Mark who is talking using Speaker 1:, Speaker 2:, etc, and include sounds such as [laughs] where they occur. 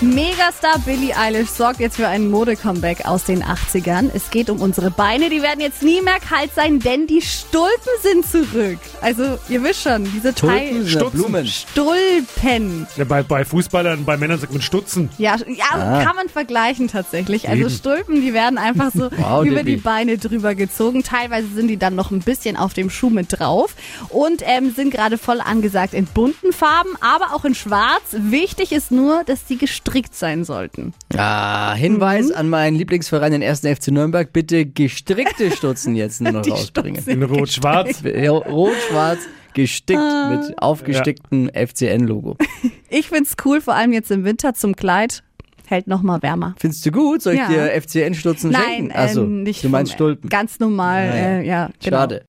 Speaker 1: Megastar Billie Eilish sorgt jetzt für ein Mode-Comeback aus den 80ern. Es geht um unsere Beine, die werden jetzt nie mehr kalt sein, denn die Stulpen sind zurück. Also, ihr wisst schon, diese
Speaker 2: Tulpen
Speaker 1: Teil
Speaker 2: sind Blumen.
Speaker 1: Stulpen.
Speaker 3: Ja, bei, bei Fußballern, bei Männern sagt man Stutzen.
Speaker 1: Ja, ja kann man vergleichen tatsächlich. Also
Speaker 2: Ah. Eben.
Speaker 1: Stulpen, die werden einfach so
Speaker 2: [laughs] Wow,
Speaker 1: über
Speaker 2: Debbie.
Speaker 1: die Beine drüber gezogen. Teilweise sind die dann noch ein bisschen auf dem Schuh mit drauf und ähm, sind gerade voll angesagt in bunten Farben, aber auch in schwarz. Wichtig ist nur, dass die gestrickt sein sollten.
Speaker 2: Ah, Hinweis
Speaker 1: Mhm.
Speaker 2: an meinen Lieblingsverein, den 1. FC Nürnberg.
Speaker 1: [laughs]
Speaker 2: Bitte gestrickte Stutzen jetzt nur noch
Speaker 1: Die
Speaker 2: rausbringen.
Speaker 3: In Rot-Schwarz.
Speaker 2: Ja, Rot-Schwarz gestickt
Speaker 1: Ah.
Speaker 2: mit aufgesticktem FCN-Logo.
Speaker 1: Ich find's cool, vor allem jetzt im Winter zum Kleid. Hält noch mal wärmer.
Speaker 2: Findest du gut? Soll ich
Speaker 1: Ja.
Speaker 2: dir FCN-Stutzen
Speaker 1: Nein,
Speaker 2: schenken?
Speaker 1: äh,
Speaker 2: Achso,
Speaker 1: nicht
Speaker 2: du meinst
Speaker 1: vom-
Speaker 2: Stulpen.
Speaker 1: Ganz normal,
Speaker 2: Naja.
Speaker 1: äh, ja. Genau.
Speaker 2: Schade.